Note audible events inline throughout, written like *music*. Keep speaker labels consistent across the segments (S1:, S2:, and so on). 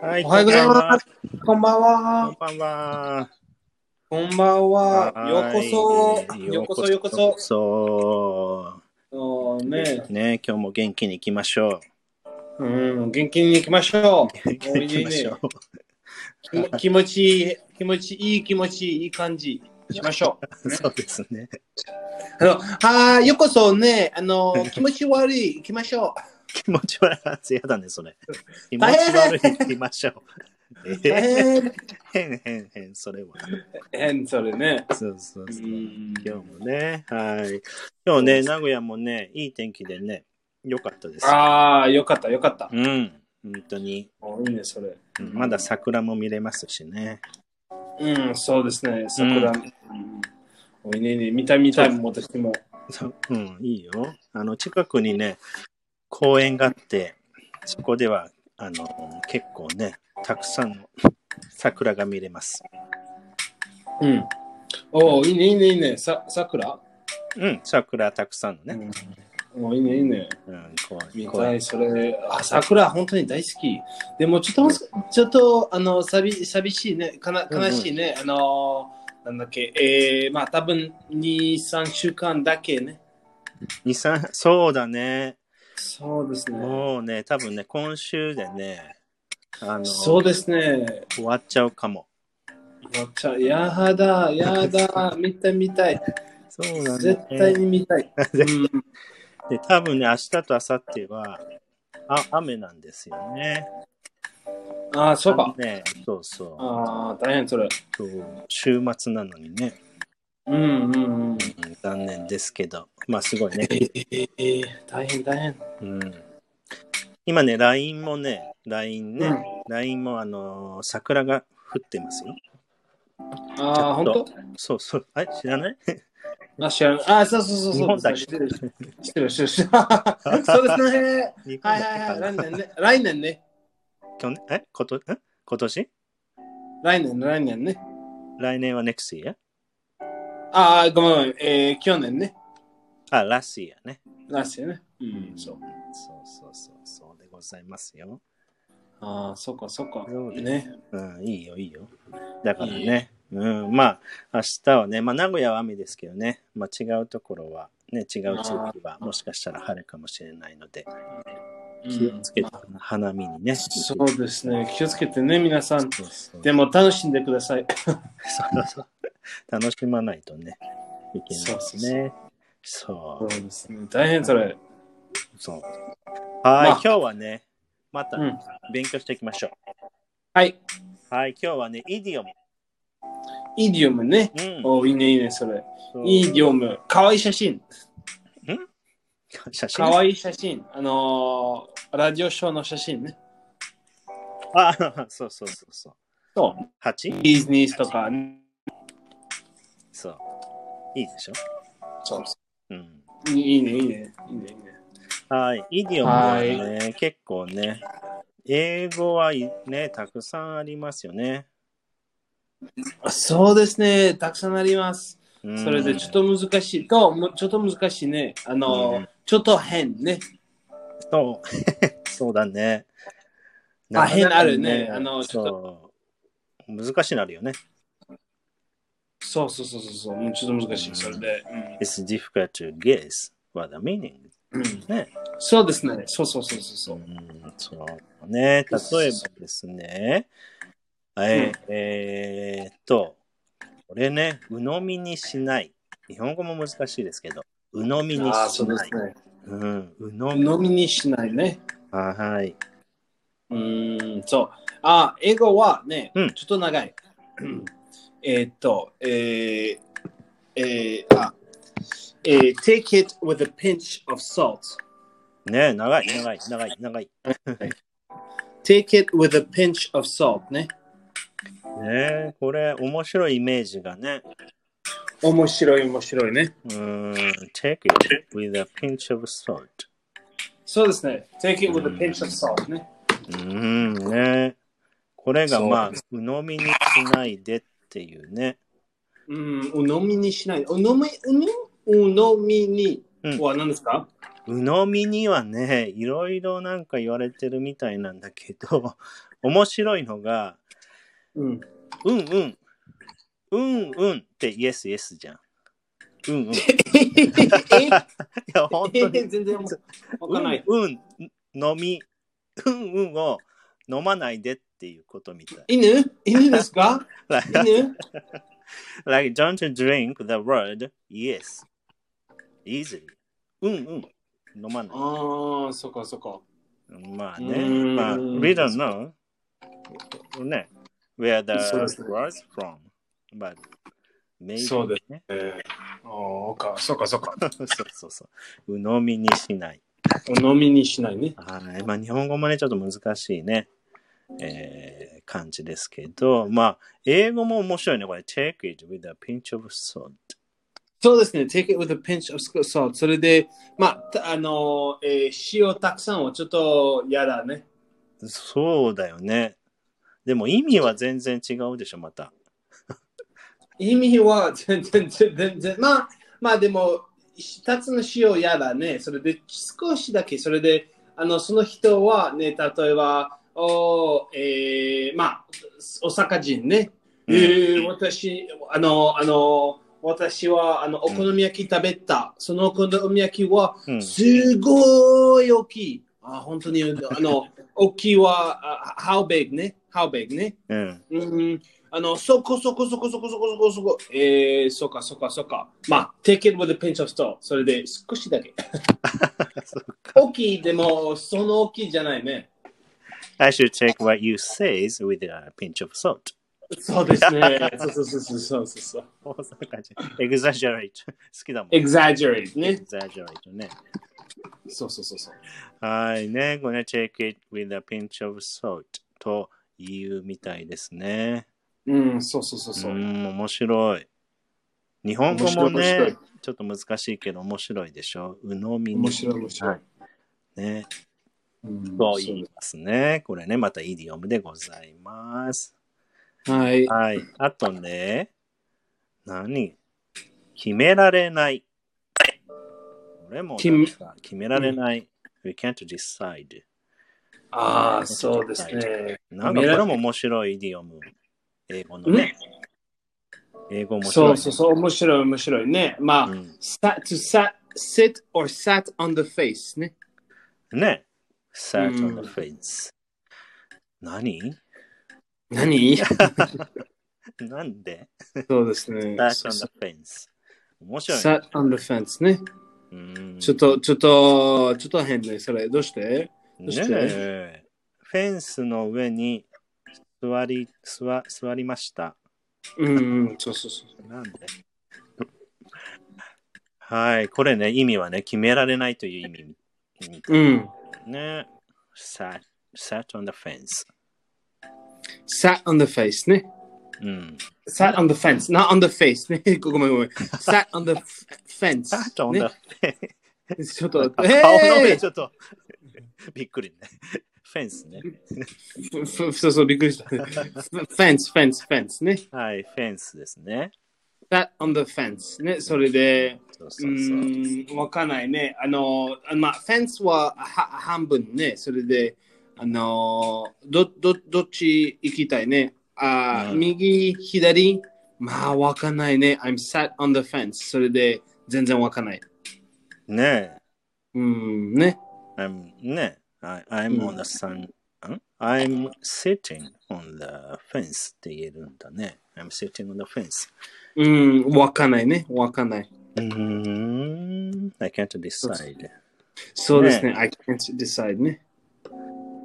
S1: はい、。
S2: おはようございますこんばん
S1: こ
S2: は
S1: ん。ばんは。
S2: こんばんは。ようこそ。
S1: はい
S2: ようこそ、ようこそ。
S1: そ
S2: そうね。
S1: うね、今日も元気に行きましょ
S2: うん、元気に行きましょう。
S1: う。
S2: いい
S1: 行きましょ
S2: ね
S1: う。
S2: 気も気持ちいい、気持ちいい、気持ちいい感じしましょう。ね
S1: そうですね。
S2: *laughs* あのあー、ようこそね、あの、気持ち悪い、行きましょ
S1: 気持ち悪い話やだね、
S2: *laughs*
S1: それ。気持ち悪い行きましょう。
S2: う。
S1: え
S2: えー
S1: へんへんへん、それは。
S2: 変、それね。
S1: そうそう
S2: う
S1: そう。
S2: ん
S1: 今日もね、はい。今日ね、名古屋もね、いい天気でね、良かったです。
S2: ああ、よかった、よかった。
S1: うん、本当に。
S2: おいいね、それ。
S1: うんまだ桜も見れますしね。
S2: うん、そうですね、桜。うんおいねいいね、見たい見たい、私も。
S1: そううん、いいよ。あの、近くにね、公園があって、そこでは、あの、結構ね、たくさんの桜が見れます。
S2: うん。おお、いいね、いいね、いいね。さ、桜
S1: うん、桜たくさんのね。
S2: ね。おいいね、いいね。
S1: うん、こう
S2: 見
S1: 公
S2: た
S1: 園
S2: い、それ。あ、桜、本当に大好き。でも、ちょっと、ちょっと、あの、寂寂しいね。かな悲しいね。あのー、なんだっけ、えー、まあ、多分2、3週間だけね。
S1: 二三そうだね。
S2: そうですね。
S1: もうね、多分ね、今週でね、あの、
S2: そうですね。
S1: 終わっちゃうかも。
S2: やっちゃやだ、や *laughs* だ、見たい見たい。
S1: そうだね。
S2: 絶対に見 *laughs* たい。うん
S1: で、多分ね、明日と明後日は、あ雨なんですよね。
S2: あー、そうか。
S1: ね、そうそ
S2: ああ、大変それ。
S1: うそう。週末なのにね。
S2: うんうんうん。
S1: うん残念ですけど、まあすごいね。
S2: えー、大変大変。
S1: うん、今ね、LINE もね、LINE ね、
S2: う
S1: LINE もあのー桜が降ってますよ。
S2: ああ、
S1: ちょっ
S2: 本
S1: とそうそう。あれ知らない
S2: 当あ、知らん。あー、そうそうそうそう。
S1: 日本だけ
S2: 知ってる。知ってる、知ってる。そうですね。
S1: 日本だけ
S2: はいはいはい。
S1: かな
S2: 来年ね。来年ね。
S1: 去年えことん今年
S2: 来年、来年ね。
S1: 来年は next year?
S2: ああ、ごめんごめん。えー、去年ね。
S1: あ、last year ね。
S2: ラストね。うん、そう。
S1: そうそうそう、そうでございますよ。
S2: ああ、そっかそっか。
S1: そうです
S2: ね。
S1: うん、いいよ、いいよ。だからね、うん、まあ、明日はね、まあ、名古屋は雨ですけどね、まあ、違うところは、ね、違う地域は、もしかしたら晴れかもしれないので、気をつけて、花見にね。
S2: そ
S1: 行
S2: うですね。気をつけてね、皆さん
S1: く。そうそう
S2: でも楽しんでください。
S1: そうそう楽しまないとね、いけないですね。そ
S2: そうですね。大変それ。
S1: うそう。はい、
S2: まあ
S1: 今日はね、また
S2: うん
S1: 勉強していきましょ
S2: はい。
S1: う。はい、今日はね、イディオム。
S2: イディオムね。
S1: うん
S2: おいいね、いいね、それ。
S1: そう
S2: イディオム。かわいい写真。
S1: 写真
S2: かわいい写真。あのー、ラジオショーの写真ね。
S1: あ、 *laughs* そうそうそうそう。
S2: そう。
S1: 八
S2: ディズニーとか、
S1: そう。いいでしょ
S2: そう
S1: うん。
S2: いいね、いいね。いいね、いいね。
S1: はい。イディオムはね、結構ね、英語はいね、たくさんありますよね。
S2: あそうですね。たくさんあります。
S1: うん
S2: それで、ちょっと難しいと、もちょっと難しいね。あのー、
S1: うん
S2: ちょっと変ね。
S1: そうそう *laughs* だね。
S2: あ変
S1: なかなか
S2: あるねあのちょっ
S1: そう。難しいなるよね。
S2: そうそうそうそうそう。もうちょっと難しい。それで。
S1: It's difficult to guess what the meaning.
S2: うんうん
S1: ね。
S2: そうですね。そうそうそうそうそうう。
S1: ん、そうね。例えばですね。えーえーっと、これね、鵜呑みにしない。日本語も難しいですけど、鵜呑みに
S2: ああ、
S1: し
S2: そうで
S1: な
S2: す
S1: い。
S2: ね。
S1: うん、鵜呑み。
S2: 飲みにしないね。
S1: あはい。
S2: うーん、そう。あ、英語はね、
S1: うん
S2: ちょっと長い。うんえーっと、えー、えー、あ、えー、take it with a pinch of salt.
S1: ね長い、長い、長い、長い。
S2: take it with a pinch of salt ね。
S1: ねこれ、面白いイメージがね。
S2: 面白い、面白いね。
S1: うん、take it with a pinch of salt。
S2: そうですね。take it with a pinch of salt ね。
S1: うん、ねこれが
S2: そう
S1: まあ、鵜呑みにしないでっていうね。
S2: うん、う飲みにしない。う飲み、う飲みう飲みに
S1: うん
S2: は何ですか
S1: 鵜呑みにはね、いろいろなんか言われてるみたいなんだけど、 *laughs* 面白いのが、
S2: うん。
S1: うんうん。うんうんってイエスイエスじゃん。うん
S2: *laughs*
S1: うん。いや、本当に。
S2: 全然わかんない。
S1: うんうん、飲み、うんうんを飲まないでっていうことみたい。
S2: 犬犬ですか
S1: like,
S2: 犬
S1: like, don't drink the word yes easily. うんうん。飲まない。
S2: ああ、そっかそっか。
S1: まあ
S2: う
S1: ね。
S2: ーん
S1: まあ、we don't know ね。where the
S2: そうですね
S1: words from. But maybe
S2: そうです
S1: ね。 *laughs*
S2: えー、ああ、かそっかそっか。
S1: そうそうそう。鵜呑みにしない。
S2: お飲みにしないね。
S1: はい。まあ、日本語もね、ちょっと難しいね、えー、感じですけど、まあ、英語も面白いね。これ、take it with a pinch of salt.
S2: そうですね。take it with a pinch of salt. それで、まあ、たあのー、えー、塩たくさんはちょっと嫌だね。
S1: そうだよね。でも意味は全然違うでしょ、また。
S2: 意味は全然、全然、全然。まあ、まあでも、二つの塩嫌だね。それで、少しだけ、それで、あの、その人はね、例えば、おーえー、まあ、お酒人ね。えー、私、あの、あの、私は、あの、お好み焼き食べた。そのお好み焼きは、
S1: うん、
S2: すごい大きい。あ本当に、あの、大きいは、あ how big ね。how big ね。
S1: うん。
S2: うん。あの、そこそこそこそこそこそこそこ。えー、そっかそっかそっか。まあ、take it with a pinch of salt。それで少しだけ。
S1: そっか
S2: 大きいでも、その大きいじゃないね。
S1: I should take what you says with a pinch of salt.
S2: そうですね。 *laughs* そうそうそうそうそうそう。
S1: 大阪人 exaggerate. 好きだもん。
S2: exaggerate ね。
S1: exaggerate ね。
S2: そうそうそうそう。
S1: はいね。これね、take it with a pinch of salt と言うみたいですね。
S2: うん、そうそうそうそうう。
S1: ん、面白い。日本語も
S2: 面白い面白
S1: ね
S2: い、
S1: ちょっと難しいけど面白いでしょ。うのみに
S2: 面白い面白い。
S1: ね。
S2: うん
S1: と言いますね。これね、またイディオムでございます。
S2: はい。
S1: はい。あとね、何決められない。これもなんか決められない。We can't decide.
S2: ああ、そうですね。
S1: なんかこれも面白いイディオム。英語のね。英語面
S2: そ
S1: 白い。
S2: うそうそう、面白い面白いね。まあ、
S1: うん
S2: さ to sat, sit or sat on the face ね。
S1: ね。sat
S2: う
S1: on
S2: ん
S1: the fence. 何
S2: 何
S1: なんで
S2: そうです
S1: *laughs*
S2: ね。
S1: ?sat on the fence. 面白いね。
S2: sat on the fence ね。
S1: うん
S2: ちょっと、ちょっと、ちょっと変ね。それ、どうして
S1: ね
S2: して
S1: え。フェンスの上に座り、座座りました。
S2: うんうん、そうそうそう。
S1: なんではい、これね、意味はね、決められないという意味みたい
S2: うん。
S1: ね。sat, sat on the fence.
S2: sat on the face ね。
S1: うん。
S2: sat on the fence, not on the face ね。 *laughs* ごめんごめん。sat on the f-
S1: *laughs*
S2: fence.
S1: sat on the
S2: ね
S1: fence.
S2: ちょっと、
S1: 顔
S2: え
S1: の上
S2: ー
S1: ちょっと、びっくりね。フェンスね。
S2: ふふそうそう、びっくりした。fence, fence, fence ね。
S1: はい、フェンスですね。
S2: sat on the fence ね。それで、
S1: そう
S2: う
S1: そうそう。
S2: ーん、わかんないね。あの、あまあ、フェンスはは半分ね。それで、あの、ど、ど、どっち行きたいね。あー、
S1: うん
S2: 右、左まあ、わかんないね。I'm sat on the fence. それで、全然わかんない。
S1: ねえ。
S2: うーん、ね。
S1: I'm ね、I, I'm on the sun. ん I'm sitting on the fence って言えるんだね。I'm sitting on the fence.
S2: うーん、わかんないね。わかんない。
S1: うーん。I Mm-hmm. can't decide.
S2: そうですね。
S1: ね
S2: I can't decide ね。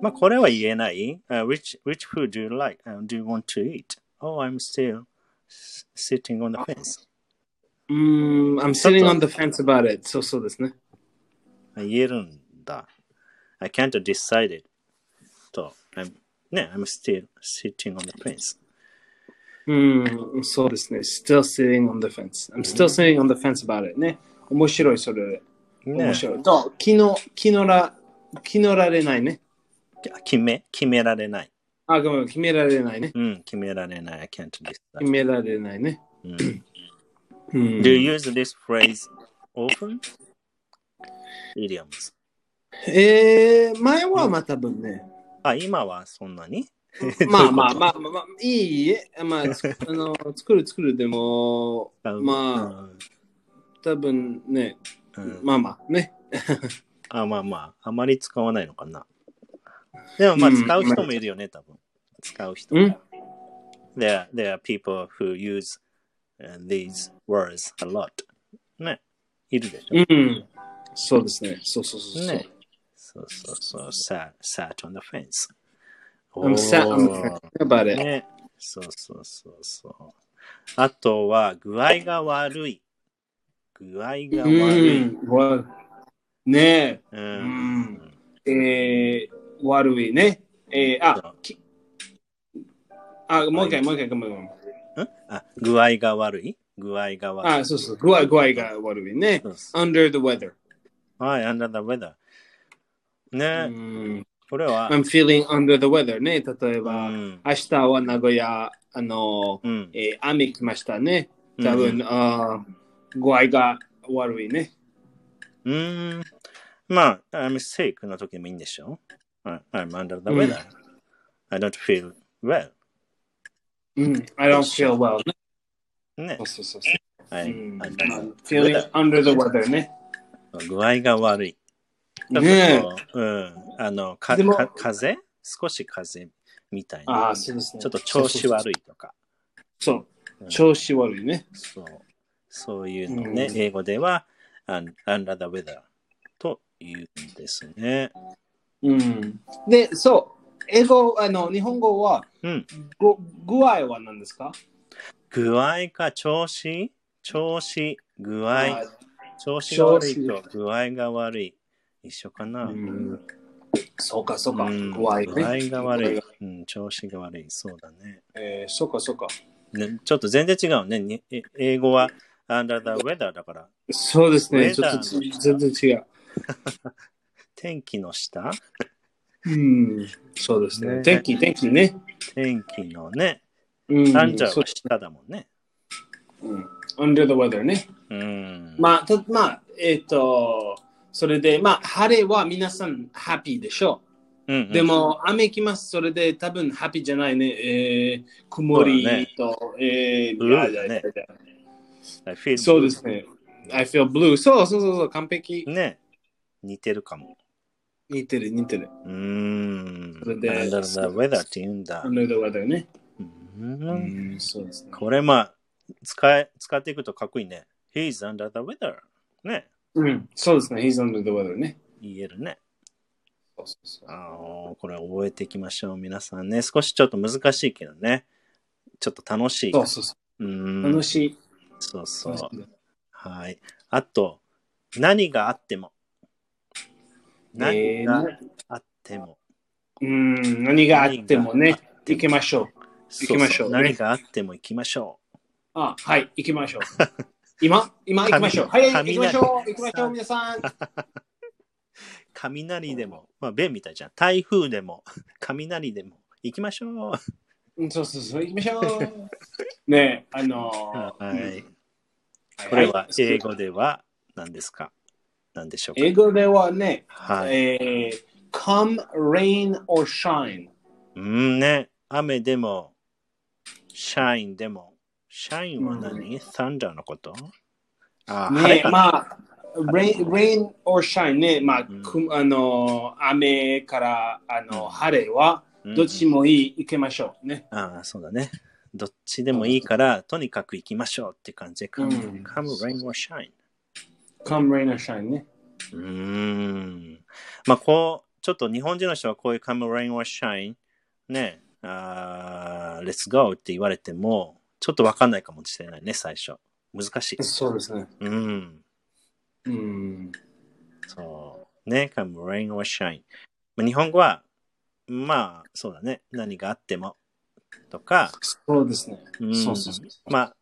S1: まあこれは言えない。Uh, which, which food do you like?、do Uh, you want to eat? Oh, I'm still s- sitting on the fence.
S2: うーん、I'm
S1: ちょっと
S2: sitting on the fence about it. そうそうですね。
S1: 言えるんだ。I can't decide it. と、I'm, ね、I'm still sitting on the fence.
S2: うーん、そうですね。still sitting on the fence. I'm still sitting on the fence about it ね。面白い、それ。
S1: ね
S2: 面、白い。と、気の、気のら、気のられないね。
S1: 決め、決められない。
S2: あ、ごめん、決められないね。
S1: うん、決められない。I Mm, can't Mm. decide.
S2: 決められないね。
S1: うん
S2: うん
S1: Do you use this phrase often? ウィリアムズ。
S2: えー、前はまあ多
S1: *laughs*
S2: 分ね。
S1: あ、今はそんなに
S2: まあまあまあまあ、まあ、いいえ。まあ、つ *laughs* あの作る作るでも、
S1: あ
S2: まあ、
S1: uh,
S2: 多分ね、
S1: あ、うん
S2: まあまあね。
S1: あ、まあまあ、あまり使わないのかな。でもまあ、
S2: うん
S1: 使う人もいるよね、多分。使う人
S2: うん
S1: there, there are people who use、these uh, words a lot. ね。いるでしょ。
S2: うん。そうですね。そうそうそうそう。
S1: ね。そうそうそう。sat, sat on the fence. Oh.
S2: I'm sad.
S1: お
S2: I'm
S1: ー
S2: sad about it.
S1: ね。そうそうそうそう。あとは、具合が悪い。具合が悪い。
S2: うん。わね
S1: う。
S2: え。うんん。えー、悪いね。えー、あ、きあ、もう一回、もう一回、ごめんごめん。
S1: あ、具合が悪い具合が悪い。
S2: あ、そうそう。具合、具合が悪いね。
S1: そうそう
S2: under the weather.
S1: はい、under the weather。
S2: う
S1: ね、
S2: ん。
S1: これは、
S2: I'm feeling under the weather ね。例え
S1: う
S2: ば、
S1: ん。
S2: 明日は名古屋、あの、
S1: うん。
S2: えー、雨来ましたね。多分、あー具合が悪いね。
S1: うん。うん。まあ、I'm sick の時もいいんでしょ I- ?I'm under the weather.、I don't feel well.
S2: うん。I don't feel well ね。
S1: ね
S2: そう。そうそうそう。う
S1: I,
S2: ん
S1: I'm under the
S2: feeling
S1: weather.
S2: under the weather ね。
S1: 具合が悪い。だから
S2: ね
S1: こううん。あの、か
S2: でも
S1: か風邪少し風邪みたいな。
S2: ああ、そうですね。
S1: ちょっと調子悪いとか。
S2: そうう。
S1: ん
S2: 調子悪いね。
S1: そう。そういうのをね、
S2: うん
S1: 英語では、un- under the weather と言うんですね。
S2: うん。で、そう。英語、あの、日本語は、
S1: うん。
S2: ご具合は何ですか
S1: 具合か調子調子、具
S2: あ
S1: 合。調子が悪いと具合が悪い。一緒かな、
S2: うんそうか、そうか。
S1: うん
S2: 具合ね。
S1: 具合が悪
S2: 具
S1: い
S2: 合が。
S1: うん、調子が悪い。そうだね。
S2: えーそうか、そうか。
S1: ねちょっと全然違うね。にえ英語は under the weather だから、
S2: そうです
S1: ウェ
S2: ね。ち
S1: ザ
S2: ょ
S1: ー
S2: っと
S1: の
S2: つ全然違う。
S1: 天気の下
S2: うん。そうですね。
S1: ね
S2: 天気、天気ね。
S1: 天気のね。
S2: うん。
S1: アンジャー
S2: そう
S1: は下だもんね。
S2: うん。under the weather ね。
S1: うん。
S2: まあ、たまあ、えっ、と、それで、まあ、晴れは皆さんハッピーでしょ
S1: うんうん
S2: う。でも、雨来ます。それで、多分ハッピーじゃないね。えー、曇りと、えー、
S1: ブルー
S2: いやいやいや
S1: I feel
S2: そうですね。I feel blue. そうそうそうそう、完璧。
S1: ね。似てるかも。
S2: 似てる、似てる。
S1: うーん。
S2: それで
S1: Under the weather って言うんだ。
S2: under the weather ね。
S1: うん
S2: うん、そうですね。
S1: これまあ、使え、使っていくとかっこいいね。He's under the weather. ね。
S2: うん、そうですね。He's under the weather ね。
S1: 言えるね。
S2: そうそうそう
S1: あーこれ覚えていきましょう、皆さんね。少しちょっと難しいけどね。ちょっと楽しい。
S2: そうそうそうう。
S1: ん
S2: 楽しい。
S1: そうそ
S2: そうう。そう
S1: はい。あと、何があっても。何
S2: えー
S1: があっても。
S2: うん、何があってもね、
S1: ても
S2: 行きましょう。
S1: そう
S2: 行きましょ
S1: そ
S2: う
S1: う何があっても行きましょ
S2: あ、はい、行きましょう。今今行きましょう。は
S1: 雷
S2: い、行きましょう。行きましょ
S1: さあ
S2: う、皆さん。
S1: う。雷でも、まあ、便みたいじゃん。台風でも、 *laughs* 雷でも、行きましょう。
S2: うんそうそうそう、行きましょう。
S1: *laughs*
S2: ねえ、あのー
S1: はい。これは英語。では何ですか何でしょうか
S2: 英語ではね、
S1: はい。
S2: えー、come rain or shine。
S1: うんね。雨でも、シャインでも。シャインは
S2: う
S1: 何、サンダーのことあー、晴れ
S2: ね
S1: たね
S2: まあ、rain, rain or shine ね、まあ、
S1: うん
S2: くあのー、雨から、あ
S1: うん
S2: の、晴れは、どっちもいい、行きましょうね。
S1: ああ、そうだね。どっちでもいいから、とにかく行きましょうって感じで、come,
S2: うん
S1: come rain or shine。
S2: come rain or shine ね。
S1: うーん。まあ、こう、ちょっと日本人の人はこういう come rain or shine、ね、あー let's go って言われても、ちょっとわかんないかもしれないね、最初。難しい。
S2: そうですね。
S1: うん。
S2: うん。
S1: そう。ね、come rain or shine。まあ、日本語は、まあ、そうだね。何があっても。とか、
S2: そうですね。
S1: うん
S2: そうそうそう。
S1: まあ、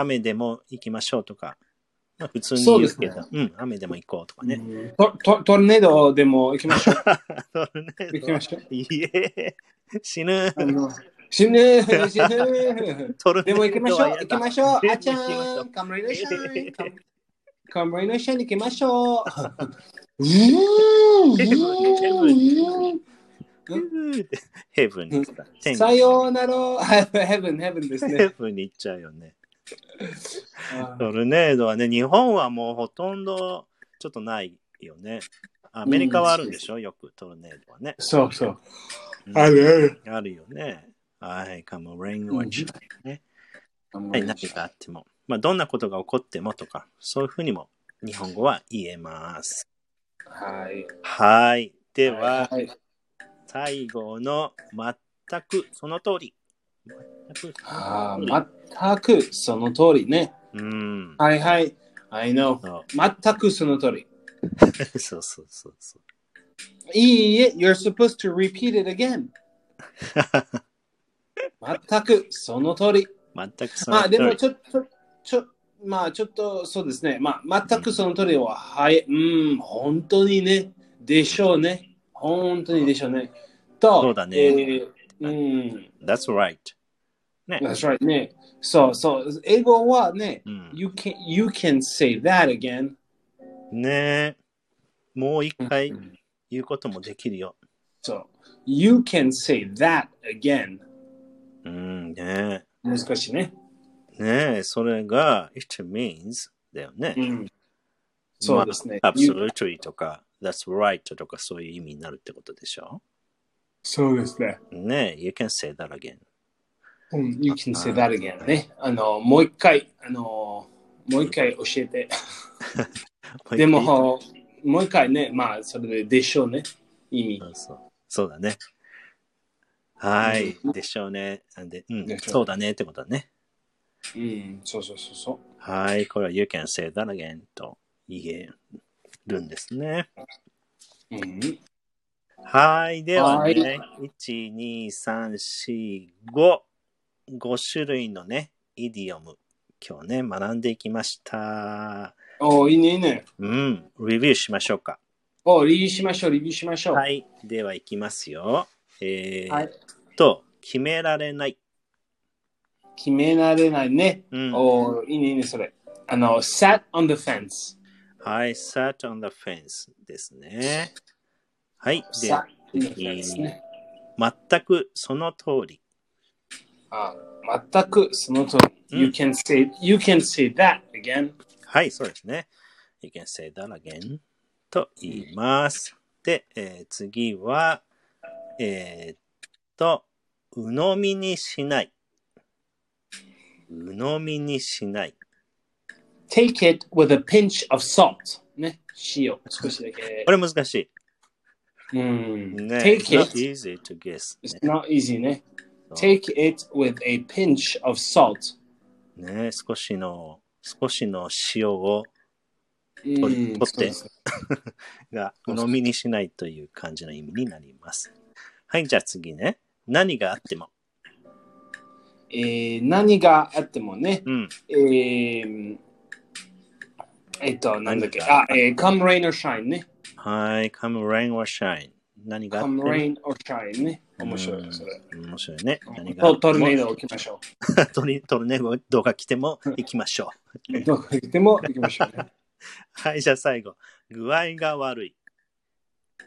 S1: 雨でも行きましょうとか、まあ、普通に
S2: そ
S1: 言
S2: うで
S1: う
S2: す
S1: け
S2: ね
S1: ど、うん、雨でも行こうとかね。
S2: トトトルネードでも行きましょ
S1: *laughs*
S2: う。
S1: トルネ
S2: 行
S1: ー
S2: き
S1: ド
S2: ましょう。
S1: いえ、死ぬ。
S2: あの死ぬ死ぬ
S1: トルネード
S2: でも
S1: は
S2: 行きましょう
S1: やだ
S2: 行きましょうあち
S1: で
S2: ゃ
S1: も行きましょうん
S2: カムリネーション冠の下に行きましょう。
S1: ヘブンヘブンヘブンに来た。天
S2: さ
S1: 国
S2: ようなら。ヘブン、ヘブンです
S1: ヘ
S2: ね。
S1: ブンに行っちゃうよね。
S2: あー
S1: トルネードはね、日本はもうほとんどちょっとないよね。アメリカはあるんでしょ、よくトルネードはね。
S2: *laughs* そうそう。
S1: うん
S2: あるある。
S1: あるよね。はい、カムレインは
S2: うん
S1: 時代ね。はい、何があっても。まあ、どんなことが起こってもとか、そういうふうにも日本語は言えます。
S2: はい。
S1: はい。では、
S2: はい。
S1: 最後の全くその通り。全く
S2: あ
S1: その通り
S2: ー全くその通りね。
S1: うん。
S2: はいはい。I know.
S1: そう
S2: 全くその通り。
S1: そうそうそうそう。
S2: いいえ、you're supposed to repeat
S1: *laughs*
S2: it again. 全くその通り。
S1: 全くその
S2: まあ
S1: 通り。
S2: でもちょっと、ちょまあちょっとそうですね。まあ全くその通りは、はい、うん、本当にね、でしょうね。本当にでしょうね。と、
S1: そうだね
S2: えーうん、
S1: That's right. ね。
S2: that's right ね。そうそう、英語はね、
S1: うん、
S2: you can, you can say that again.
S1: ねえもう一回
S2: うん
S1: 言うこともできるよ。
S2: そう、you can say that again.
S1: うん、ね
S2: 難しいね。
S1: え。ねえ、それが、it means だよね。
S2: うん、そうですね。
S1: まあ
S2: You-
S1: absolutely とか、that's right とかそういう意味になるってことでしょ
S2: そうですね。
S1: ねえ、you can say that again.
S2: うん、You can say that again ね。あの、もう一回、あの、もう一回教えて。でも、もう一回ね、まあ、それででしょうね。意味
S1: そ。うそう。そうだね。はい。でしょうね。なんで、うん
S2: で、しょう
S1: そうだねってことだね。
S2: うん、そうそうそうそ
S1: はい。これは You can say that again と言えるんですね。
S2: う。うん、
S1: はい。では
S2: はい
S1: ね、1、2、3、4、5。5種類のね、イディオム。今日ね、学んでいきました。
S2: おーいいね、いいね。
S1: うん。レビューしましょうか。
S2: おーリビューしましょう、リビューしましょう。
S1: はい。では、いきますよ。えー、
S2: はい
S1: と、決められない。
S2: 決められないね。
S1: うん。
S2: おーいいね、いいね、それ。あの、sat on the fence。
S1: はい、sat on the fence ですね。はい、で
S2: sat、on the fence ね。
S1: 全くその通り。
S2: あ全くその通
S1: う
S2: り。
S1: ん
S2: You can say, you can say that again.
S1: はい、そうですね。You can say that again と言います。で、えー次は、えーっと、鵜呑みにしない。鵜呑みにしない。
S2: Take it with a pinch of salt. ね、塩、少しだけ
S1: こ。れ難しい。
S2: うん。
S1: ね、
S2: Take
S1: it's not
S2: it.
S1: easy to guess.
S2: It's not easy ね。
S1: そう
S2: Take it with a pinch of salt.
S1: ね、少しの、少しの塩を
S2: うん
S1: 取って
S2: そうですね
S1: が鵜呑みにしないという感じの意味になります。はい、じゃあ次ね。何があっても。
S2: えー何があってもね。
S1: うん。
S2: えーえっと、なんだっけ。
S1: 何が
S2: あ、えー Ah, eh, come rain or shine ね。
S1: はい、come rain or shine。何があって
S2: come
S1: も。
S2: rain or shine ね。面白
S1: う
S2: い、
S1: ん
S2: それ。
S1: 面白いね。何があ
S2: と
S1: っても
S2: トルネードを置きましょ
S1: トルネトルネードが来ても行きましょう。
S2: う。どこ行っても行きましょうね。
S1: はい、じゃあ最後。具合が悪い。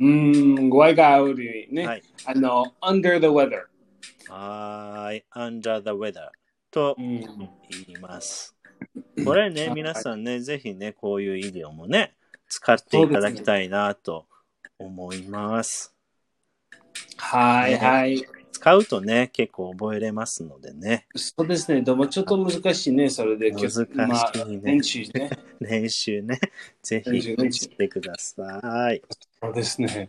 S2: うーん、具合が悪いね。
S1: はい
S2: あの、under the weather。
S1: はーい、under the weather と
S2: うん、
S1: 言います。これね、皆さんね、ぜひね、こういうイデオもね、使っていただきたいなと思います。
S2: はいはい。
S1: 使うとね、結構覚えれますのでね、
S2: そうですね。でもちょっと難しいね、それで。
S1: 難しいね
S2: まあ、練習ね。
S1: 練習ね、ぜひ
S2: 練習練習
S1: してください。
S2: そうですね。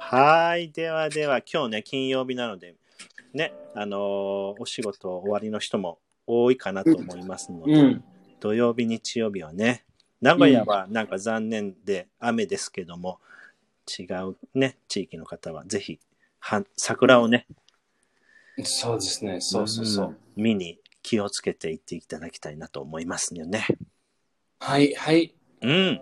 S1: はい、ではでは、今日ね、金曜日なので、ね、あのーお仕事終わりの人も多いかなと思いますので、
S2: うん。
S1: 土曜日、日曜日はね、名古屋はなんか残念で雨ですけども、違うね、地域の方はぜひ、は桜をね、
S2: そうですね。そうそうそう。
S1: ん見に気をつけて行っていただきたいなと思いますよね。
S2: はいはい。
S1: うん。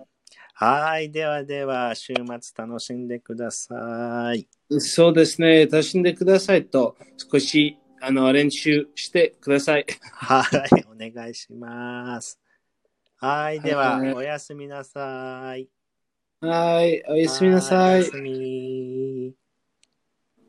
S1: はい。ではでは、週末楽しんでください。
S2: そうですね。楽しんでくださいと、少し、あの、練習してください。
S1: はい。お願いします。はい、では
S2: はい、
S1: おやすみなさい。
S2: はい、おやすみなさ
S1: はお
S2: い
S1: やす。み